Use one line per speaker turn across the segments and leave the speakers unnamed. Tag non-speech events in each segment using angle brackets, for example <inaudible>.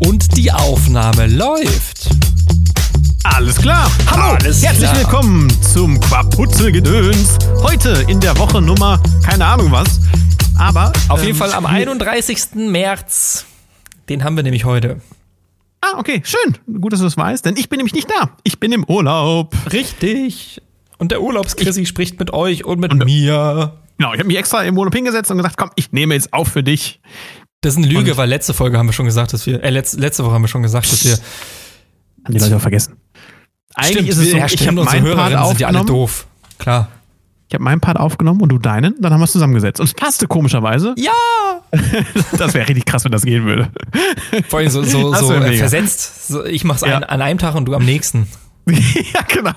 Und die Aufnahme läuft.
Alles klar. Hallo.
Alles
Herzlich
klar.
willkommen zum Quaputzelgedöns. Heute in der Woche Nummer, keine Ahnung was. Aber
Auf
ähm,
jeden Fall am
wir-
31. März. Den haben wir nämlich heute.
Ah, okay, schön. Gut, dass du das weißt, denn ich bin nämlich nicht da. Ich bin im Urlaub.
Richtig. Und der Urlaubskrissi spricht mit euch und mit mir.
Genau, ich habe mich extra im Urlaub hingesetzt und gesagt, komm, ich nehme jetzt auf für dich.
Das ist eine Lüge, weil letzte Folge haben wir schon gesagt, dass wir, äh, letzte, letzte Woche haben wir schon gesagt, dass wir,
Haben die Leute auch vergessen. Eigentlich ist es so,
ja,
ich habe
stimmt, unsere
meinen Part
Hörerinnen sind ja alle
aufgenommen.
doof. Klar.
Ich habe meinen Part aufgenommen und du deinen, dann haben wir es zusammengesetzt. Und es passte komischerweise.
Ja!
Das wäre richtig krass, wenn das gehen würde. <laughs>
Vor allem so, so,
Das
so
wär
äh,
mega.
versetzt. So, ich mach's
Ja.
an, an einem Tag und du am nächsten.
ja, genau.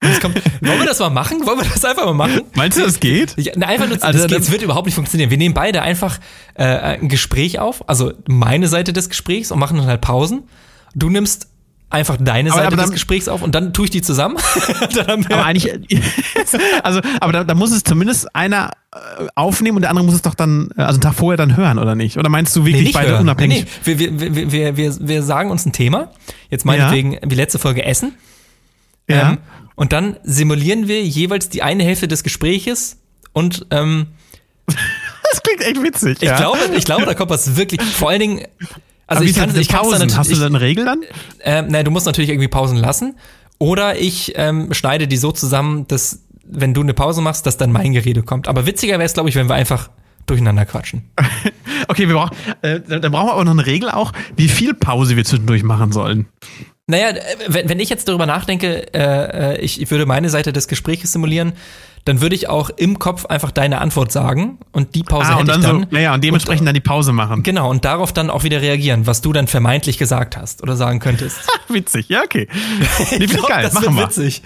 Das kommt, wollen wir das mal machen? Wollen wir das einfach mal machen?
Meinst du, das geht?
Ja, ne, einfach nur, <laughs>
Ah, das
das,
geht-
das wird überhaupt nicht funktionieren. Wir nehmen beide einfach äh, ein Gespräch auf, also meine Seite des Gesprächs und machen dann halt Pausen. Du nimmst einfach deine
Aber-
Seite
aber
des
dann-
Gesprächs auf und dann tue ich die zusammen. <laughs> dann haben wir,
Aber eigentlich, <laughs> also, aber da, da muss es zumindest einer äh, aufnehmen und der andere muss es doch dann, äh, also einen Tag vorher dann hören, oder nicht? Oder meinst du wirklich beide
hören.
unabhängig?
Nee, wir, wir, wir, wir, wir, wir sagen uns ein Thema, jetzt meinetwegen wie letzte Folge Essen.
Ja.
Ähm, und dann simulieren wir jeweils die eine Hälfte des Gespräches und ähm,
<laughs> Das klingt echt witzig.
ich,
ja.
glaube, ich glaube, da kommt was wirklich, vor allen Dingen, also
aber
ich kann ich kann's dann
Pausen.
natürlich-
Hast du
ich-
da eine Regel dann?
Ähm, nein, du musst natürlich irgendwie Pausen lassen. Oder ich ähm, schneide die so zusammen, dass, wenn du eine Pause machst, dass dann mein Gerede kommt. Aber witziger wäre es, glaube ich, wenn wir einfach durcheinander quatschen.
Okay, wir brauchen, äh, dann brauchen wir aber noch eine Regel auch, wie viel Pause wir zwischendurch machen sollen.
Naja, äh, wenn, wenn ich jetzt darüber nachdenke, äh, äh, ich, ich würde meine Seite des Gesprächs simulieren, dann würde ich auch im Kopf einfach deine Antwort sagen und die Pause hätte ich dann.
so, naja, Ah, und dementsprechend dann die Pause machen.
Genau, und darauf dann auch wieder reagieren, was du dann vermeintlich gesagt hast oder sagen könntest.
<laughs> Witzig, ja,
<laughs>
okay. Die finde ich
glaub,
geil,
das
machen
wird
wir.
witzig.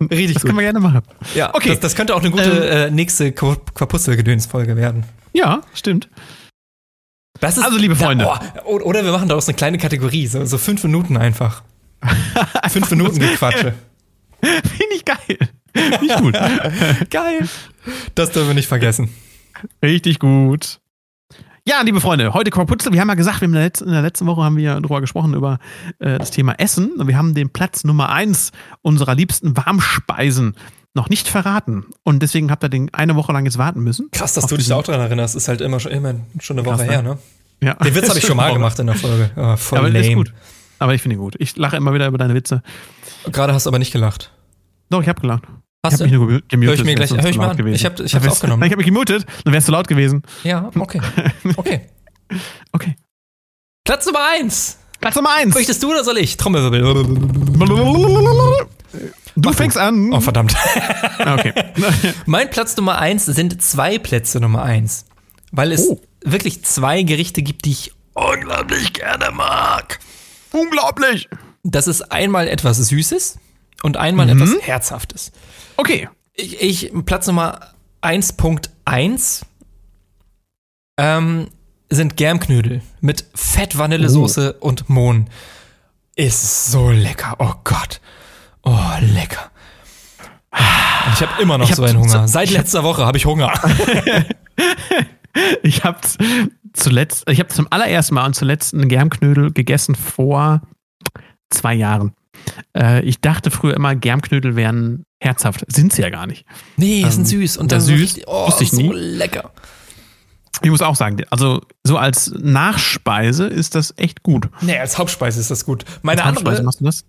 Richtig
Das
gut.
können wir gerne machen.
Ja, okay.
okay.
Das, das könnte auch eine gute äh, nächste Korpusselgedöns-Folge werden.
Ja, stimmt. <laughs>
Das ist,
Also, liebe Freunde.
Da, oh, oder wir machen daraus eine kleine Kategorie, so, so fünf Minuten <laughs> einfach. fünf Minuten Gequatsche.
Finde ich geil. Finde ich gut.
<laughs>
<laughs>
Geil. Das dürfen wir nicht vergessen.
Richtig gut. Ja, liebe Freunde, heute Korputzel. Wir haben ja gesagt, wir haben in, der letzten, in der letzten Woche haben wir ja drüber gesprochen über äh, das Thema Essen. Und wir haben den Platz Nummer eins unserer liebsten Warmspeisen noch nicht verraten. Und deswegen habt ihr den eine Woche lang jetzt warten müssen.
Krass, dass du dich da auch dran erinnerst. Ist halt immer schon, immer schon eine Woche
Krass, ne?
her, ne?
<laughs> Ja.
Den Witz habe ich schon <laughs> mal gemacht in der Folge. Oh, voll
Aber der
lame.
ist gut. Aber ich finde ihn gut. Ich lache immer wieder über deine Witze.
Gerade hast du aber nicht gelacht.
Doch, ich habe gelacht.
Hast
ich habe mich nur gemu- gemutet.
Hör ich mir gleich-
wärst du
hör ich
zu
mal
laut
an.
gewesen.
Ich hab- ich
Dann
hab's
wärst-
aufgenommen.
Nein, Ich habe mich gemutet, dann wärst du laut gewesen.
Ja, <laughs> okay. Okay.
Okay.
Platz Nummer eins.
Platz Nummer eins.
Möchtest du oder soll ich? Trommelwirbel.
Du fängst an.
Oh, verdammt. <laughs>
Ah, Okay.
Mein Platz Nummer eins sind zwei Plätze Nummer eins, Weil es
Oh.
wirklich zwei Gerichte gibt, die ich unglaublich gerne mag.
Unglaublich.
Das ist einmal etwas Süßes und einmal etwas Herzhaftes.
Okay.
Ich, ich Platz Nummer 1.1 ähm, sind Germknödel mit Fett Vanillesoße und Mohn. Ist so lecker. Oh Gott. Oh, lecker. Und Ich habe immer noch
Ich hab
so einen
zu-
Hunger. Seit letzter Woche habe ich Hunger.
Ich habe zuletzt, ich habe zum allerersten Mal und zuletzt einen Germknödel gegessen vor zwei Jahren. Äh, ich dachte früher immer, Germknödel wären herzhaft. Sind sie ja gar nicht.
Nee, die sind
Ähm,
süß. Und
ja,
das ist
süß.
richtig- oh,
Wusste ich
so
nie.
lecker.
Ich muss auch sagen, also so als Nachspeise ist das echt gut.
Nee, als Hauptspeise ist das gut. Meine
Als Hauptspeise
andere.
machst du das?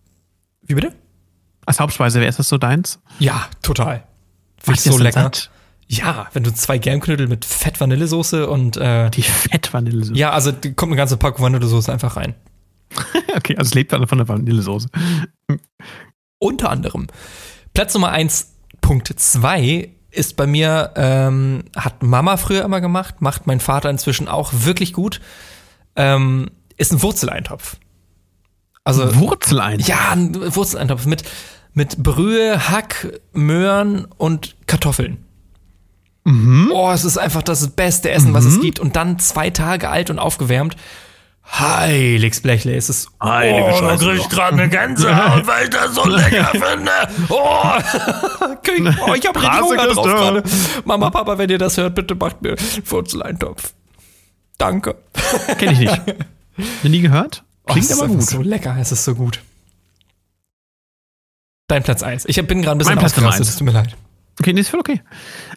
Wie bitte?
Als Hauptspeise wäre ist das so deins?
Ja, total. Finde
Macht
ich
dir
so
das
lecker.
dann satt?
Ja, wenn du zwei Germknödel mit Fett Vanillesoße und äh,
Die Fettvanillesoße.
ja, also die- kommt eine ganze Packung Vanillesoße einfach rein.
<laughs> Okay, also es lebt dann von der Vanillesoße.
Äh. Unter anderem. Platz Nummer 1.2 ist bei mir, ähm, hat Mama früher immer gemacht, macht mein Vater inzwischen auch wirklich gut, ähm, ist ein Wurzeleintopf. Also
Wurzeleintopf.
Ja, ein Wurzeleintopf mit, mit Brühe, Hack, Möhren und Kartoffeln.
Mhm.
Oh, es ist einfach das beste Essen, was es gibt. Und dann zwei Tage alt und aufgewärmt. Heiliges Blechle, es ist.
Heilige
oh, da
Scheiße.
krieg ich gerade eine Gänsehaut, weil ich das so lecker finde. Oh, <laughs> krieg, oh ich hab richtig
Krase
Hunger drauf
Christoph.
gerade. Mama, Papa, wenn ihr das hört, bitte macht mir Wurzeleintopf. Danke. <laughs>
Kenn ich nicht. Noch nie gehört?
Oh, es
Klingt
ist
aber
einfach
gut.
so lecker, es ist so gut. Dein Platz 1. Ich bin gerade ein bisschen
Mein Platz Nummer
ausgerastet,
eins.
es tut mir leid.
Okay, nee, ist voll okay.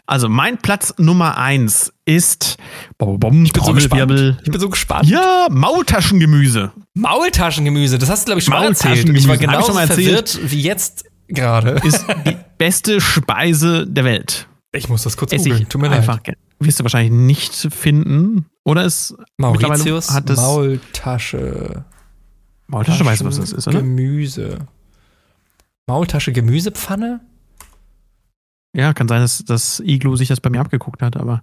Also, mein Platz Nummer eins ist. Ich
bin so gespannt. Ich bin so gespannt.
Ja, Maultaschengemüse.
Maultaschengemüse, das hast du, glaube ich, schon mal erzählt. Ich war
Maultaschengemüse, hab ich
genauso
schon mal erzählt.
verwirrt wie jetzt gerade.
Ist
<laughs>
die beste Speise der Welt.
Ich muss das kurz
Essig.
googeln, tut mir leid.
einfach. Wirst du wahrscheinlich nicht finden. Oder ist
Mauritius,
hat es-
Maultasche.
Maultasche weiß, was das ist, oder?
Gemüse. Maultasche Gemüsepfanne?
Ja, kann sein, dass das Iglo sich das bei mir abgeguckt hat, aber.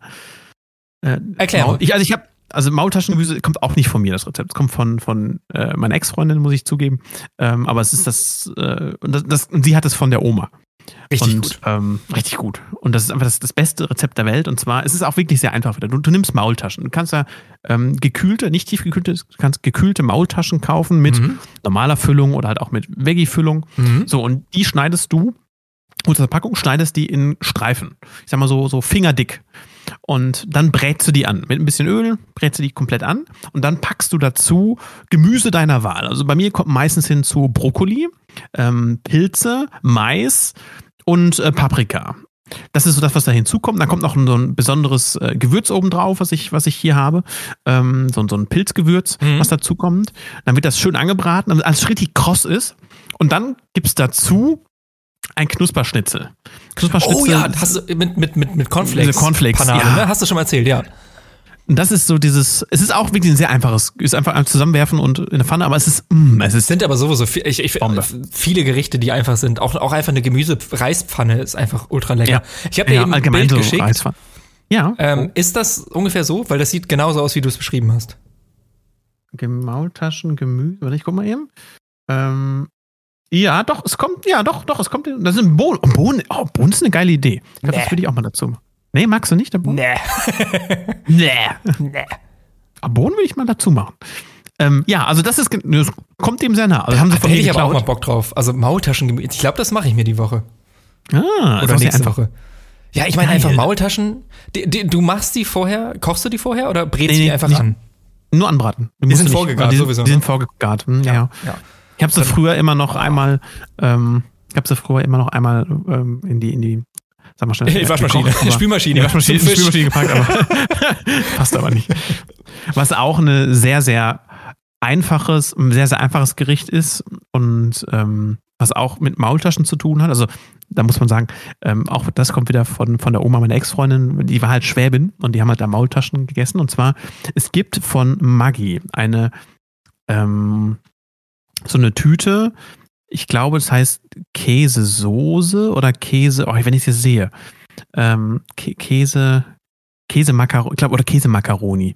Äh,
Erklär
Maul-
mal.
Ich, also ich habe, also Maultaschengemüse kommt auch nicht von mir, das Rezept. Es kommt von, von äh, meiner Ex-Freundin, muss ich zugeben. Ähm, aber es ist das, äh, und das, das, und sie hat es von der Oma.
Richtig
und,
gut.
Ähm, richtig gut. Und das ist einfach das, das beste Rezept der Welt. Und zwar es ist auch wirklich sehr einfach wieder. Du, du nimmst Maultaschen. Du kannst da ähm, gekühlte, nicht tiefgekühlte, du kannst gekühlte Maultaschen kaufen mit
Mhm.
normaler Füllung oder halt auch mit Veggie-Füllung.
Mhm.
So, und die schneidest du, holst aus der Packung, schneidest die in Streifen. Ich sag mal so, so fingerdick. Und dann brätst du die an. Mit ein bisschen Öl brätst du die komplett an. Und dann packst du dazu Gemüse deiner Wahl. Also bei mir kommt meistens hinzu Brokkoli, ähm, Pilze, Mais und äh, Paprika. Das ist so das, was da hinzukommt. Da kommt noch so ein besonderes äh, Gewürz obendrauf, was ich, was ich hier habe. Ähm, so, ein- so ein Pilzgewürz,
Mhm.
was dazukommt. Dann wird das schön angebraten, damit alles richtig kross ist. Und dann gibt's dazu ein Knusperschnitzel. Knusperschnitzel.
Oh ja, hast du mit, mit, mit, mit Cornflakes.
Diese Cornflakes,
Panade,
ja.
ne? Hast du schon mal erzählt, ja.
Und das ist so dieses, es ist auch wirklich ein sehr einfaches, ist einfach ein Zusammenwerfen und in der Pfanne, aber es ist, mm, es ist
Sind aber sowieso viel, ich, ich,
Bombe.
viele Gerichte, die einfach sind. Auch, auch einfach eine Gemüse-Reispfanne ist einfach ultra lecker. Ich habe dir eben ein Bild geschickt.
Reisfa- Ja,
Ähm, ist das ungefähr so? Weil das sieht genauso aus, wie du es beschrieben hast.
Gemaultaschen, Gemüse, warte, ich guck mal eben. Ähm, ja, doch, es kommt, ja, doch, doch, es kommt, das sind Bohnen, oh, Bohnen, oh, Bohnen ist eine geile Idee. Ich glaub,
Nee.
das würde ich auch mal dazu machen. Nee, magst du nicht, der Bohnen?
Nee.
<laughs> Nee.
nee.
Aber Bohnen würde ich mal dazu machen. Ähm, ja, also das ist, ge- das kommt dem sehr nah. Also haben sie
Da
von
hätte
mir
ich aber auch mal
geklaut.
Bock drauf. Also Maultaschengemüse. Ich glaube, das mache ich mir die Woche. Oder
Ah, ist auch sehr
nächste
einfach.
Woche. Ja, ich meine
Geil.
einfach Maultaschen. Die, die, du machst die vorher, kochst du die vorher oder brätst
Nee,
die
nee,
einfach
nicht-
an?
Nur anbraten. Die, musst
sind
du nicht-
vorgegart
die,
sowieso,
Die
ne?
sind vorgegart, hm, ja. ja.
ja.
Ich habe sie früher immer noch einmal, ähm, ich habe sie früher immer noch einmal ähm, in die, in die, sag mal schnell,
Die Waschmaschine,
gekocht, aber-
Spülmaschine,
die Waschmaschine,
zum Fisch.
Spülmaschine gepackt, aber passt aber <laughs> nicht. Was auch eine sehr, sehr einfaches, ein sehr, sehr einfaches Gericht ist und ähm, was auch mit Maultaschen zu tun hat. Also da muss man sagen, ähm, auch das kommt wieder von, von der Oma meiner Ex-Freundin, die war halt Schwäbin und die haben halt da Maultaschen gegessen. Und zwar, es gibt von Maggi eine, ähm, so eine Tüte, ich glaube, es heißt Käsesoße oder Käse, oh, wenn ich es jetzt sehe, ähm, Kä- Käse, Käsemakaroni, ich glaube, oder Käsemakaroni.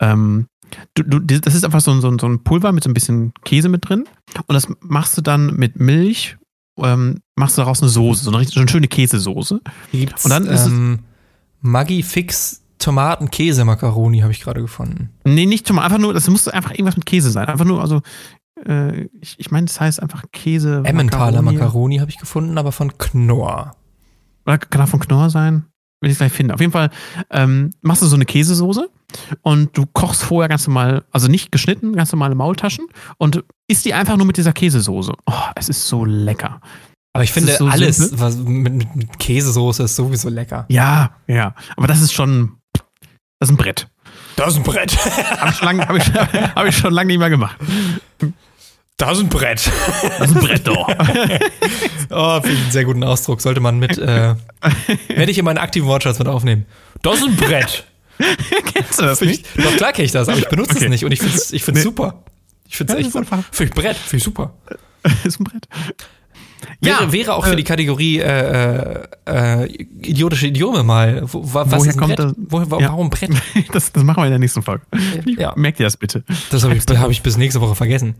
Ähm, du, du, das das ist einfach so ein, so, ein, so ein Pulver mit so ein bisschen Käse mit drin. Und das machst du dann mit Milch, ähm, machst du daraus eine Soße, so eine, richtig, so eine schöne Käsesoße.
Hier gibt's,
Und dann ist es-
ähm, Maggi Fix Tomaten Käse Macaroni habe ich gerade gefunden.
Nee, nicht Tomaten, einfach nur, das muss einfach irgendwas mit Käse sein. Einfach nur, also, äh, ich, ich meine, das heißt einfach Käse.
Emmentaler Macaroni habe ich gefunden, aber von Knorr.
Oder kann auch von Knorr sein? Will ich gleich finden. Auf jeden Fall ähm, machst du so eine Käsesoße und du kochst vorher ganz normal, also nicht geschnitten, ganz normale Maultaschen und isst die einfach nur mit dieser Käsesoße. Oh, es ist so lecker.
Aber ich
Das
finde
ist so
alles
simpel.
was mit, mit, mit Käsesoße ist sowieso lecker.
Ja, ja. Aber das ist schon, das ist ein Brett.
Da ist ein Brett.
Habe ich, schon lange- hab ich, <laughs> hab ich schon lange nicht mehr gemacht.
Da ist ein Brett.
Das ist ein Brett, doch.
Oh, finde ich einen sehr guten Ausdruck. Sollte man mit,
<laughs>
äh, werde ich in meinen aktiven Wortschatz mit aufnehmen. Das ist ein
<laughs>
Brett.
<laughs> Kennst du das nicht?
Doch klar kenne ich das, aber ich benutze
Okay.
es nicht und ich finde es ich find's super. Ich finde
Ja,
es
das
echt
ist
gut.
einfach.
Für Brett, finde ich super.
Das <laughs> ist ein Brett.
Wäre,
Ja,
wäre auch für
äh,
die Kategorie äh, äh, äh, idiotische Idiome mal. Wo, wa, was
Woher
ist ein
kommt
Brett?
das?
Woher, wa,
Ja.
Warum Brett?
<laughs> Das, das machen wir in der nächsten Folge.
Ja.
Merkt ihr das bitte?
Das habe ich, hab ich bis nächste Woche vergessen.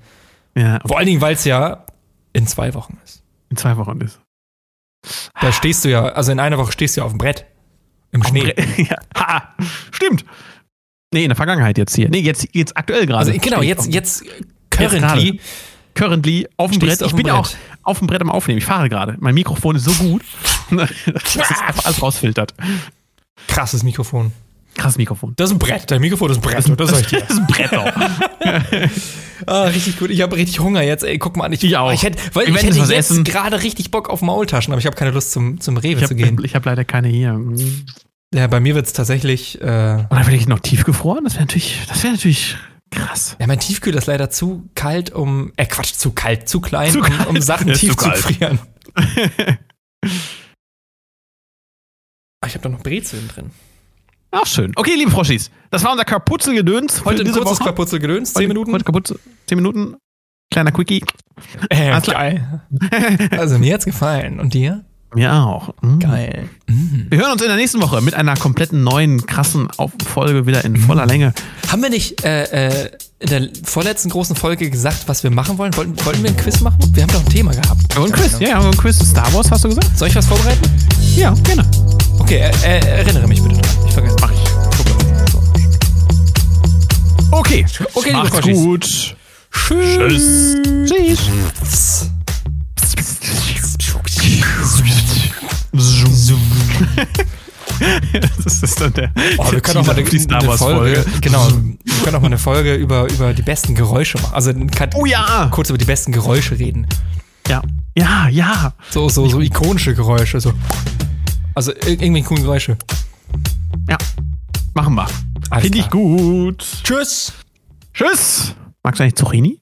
Ja,
Vor allen Dingen, weil es ja in zwei Wochen ist.
in zwei Wochen ist.
Da stehst du ja, also in einer Woche stehst du ja auf dem Brett. Im Schnee. <laughs>
ja. Ha, stimmt. Nee, in der Vergangenheit jetzt hier. Nee, jetzt, jetzt aktuell gerade.
Also genau,
Steht
jetzt,
auf-
jetzt currently
Currently auf dem
Stehst
Brett.
du auf
Ich
dem
bin
Brett.
auch auf dem Brett am Aufnehmen. Ich fahre gerade.
<laughs>
Mein <laughs> Mikrofon ist so gut, dass es einfach alles rausfiltert.
krasses Mikrofon.
Krasses Mikrofon.
Das ist ein Brett. Dein Mikrofon ist ein Brett. Das sag ich dir.
Das ist ein Brett auch.
<laughs> Ah, richtig gut. Ich habe richtig Hunger jetzt. Ey, guck mal an. Ich,
Ich auch.
Ich hätte, weil
Wir
ich
werden
hätte
jetzt was
jetzt
essen.
gerade richtig Bock auf Maultaschen, aber ich habe keine Lust zum, zum Rewe
Ich
zu gehen.
habe hab leider keine hier.
Ja, bei mir wird's tatsächlich. Äh,
Oder vielleicht noch tiefgefroren? Das wäre natürlich, das wäre natürlich krass.
Ja, mein Tiefkühl ist leider zu kalt, um. Äh, Quatsch, zu kalt, zu klein,
Zu
um-
kalt.
um Sachen
Ja,
tief
zu
zu,
kalt.
frieren. Ah, ich habe da noch Brezeln drin.
Auch schön. Okay, liebe Froschis, das war unser Kaputzelgedöns.
Heute ein
diese
kurzes
Woche.
Kaputzelgedöns, 10
Heute-
Minuten.
Heute Kaputzel, 10 Minuten. Kleiner Quickie.
äh,
Alles klar.
geil. <laughs> Also mir hat's gefallen. Und dir?
Mir auch. Mhm.
Geil.
Wir hören uns in der nächsten Woche mit einer kompletten neuen, krassen Auf- Folge wieder in
Mhm.
voller Länge.
Haben wir nicht äh, äh, in der vorletzten großen Folge gesagt, was wir machen wollen? Wollten, wollten wir ein Quiz machen? Wir haben doch ein Thema gehabt.
Und ein Quiz. Ja, ja, ein Quiz. Star Wars, hast du gesagt?
Soll ich was vorbereiten?
Ja, gerne.
Okay, äh, äh, erinnere mich bitte dran. Ich vergesse.
Mach ich. Okay.
Okay, liebe
Macht's
Froschis.
gut.
Tschüss.
Tschüss.
Tschüss.
das ist dann der.
Oh, wir
der
können auch mal
Teaser
eine,
auf die Star
eine
Wars
Folge,
Folge.
genau, wir können auch mal eine Folge über, über die besten Geräusche machen. Also kann
Oh ja.
kurz über die besten Geräusche reden.
Ja, ja, ja.
So, so, so ikonische Geräusche. So. Also ir- irgendwie coole Geräusche.
Ja. Machen wir.
Alles
Finde ich
klar.
gut.
Tschüss!
Tschüss. Magst du eigentlich Zucchini?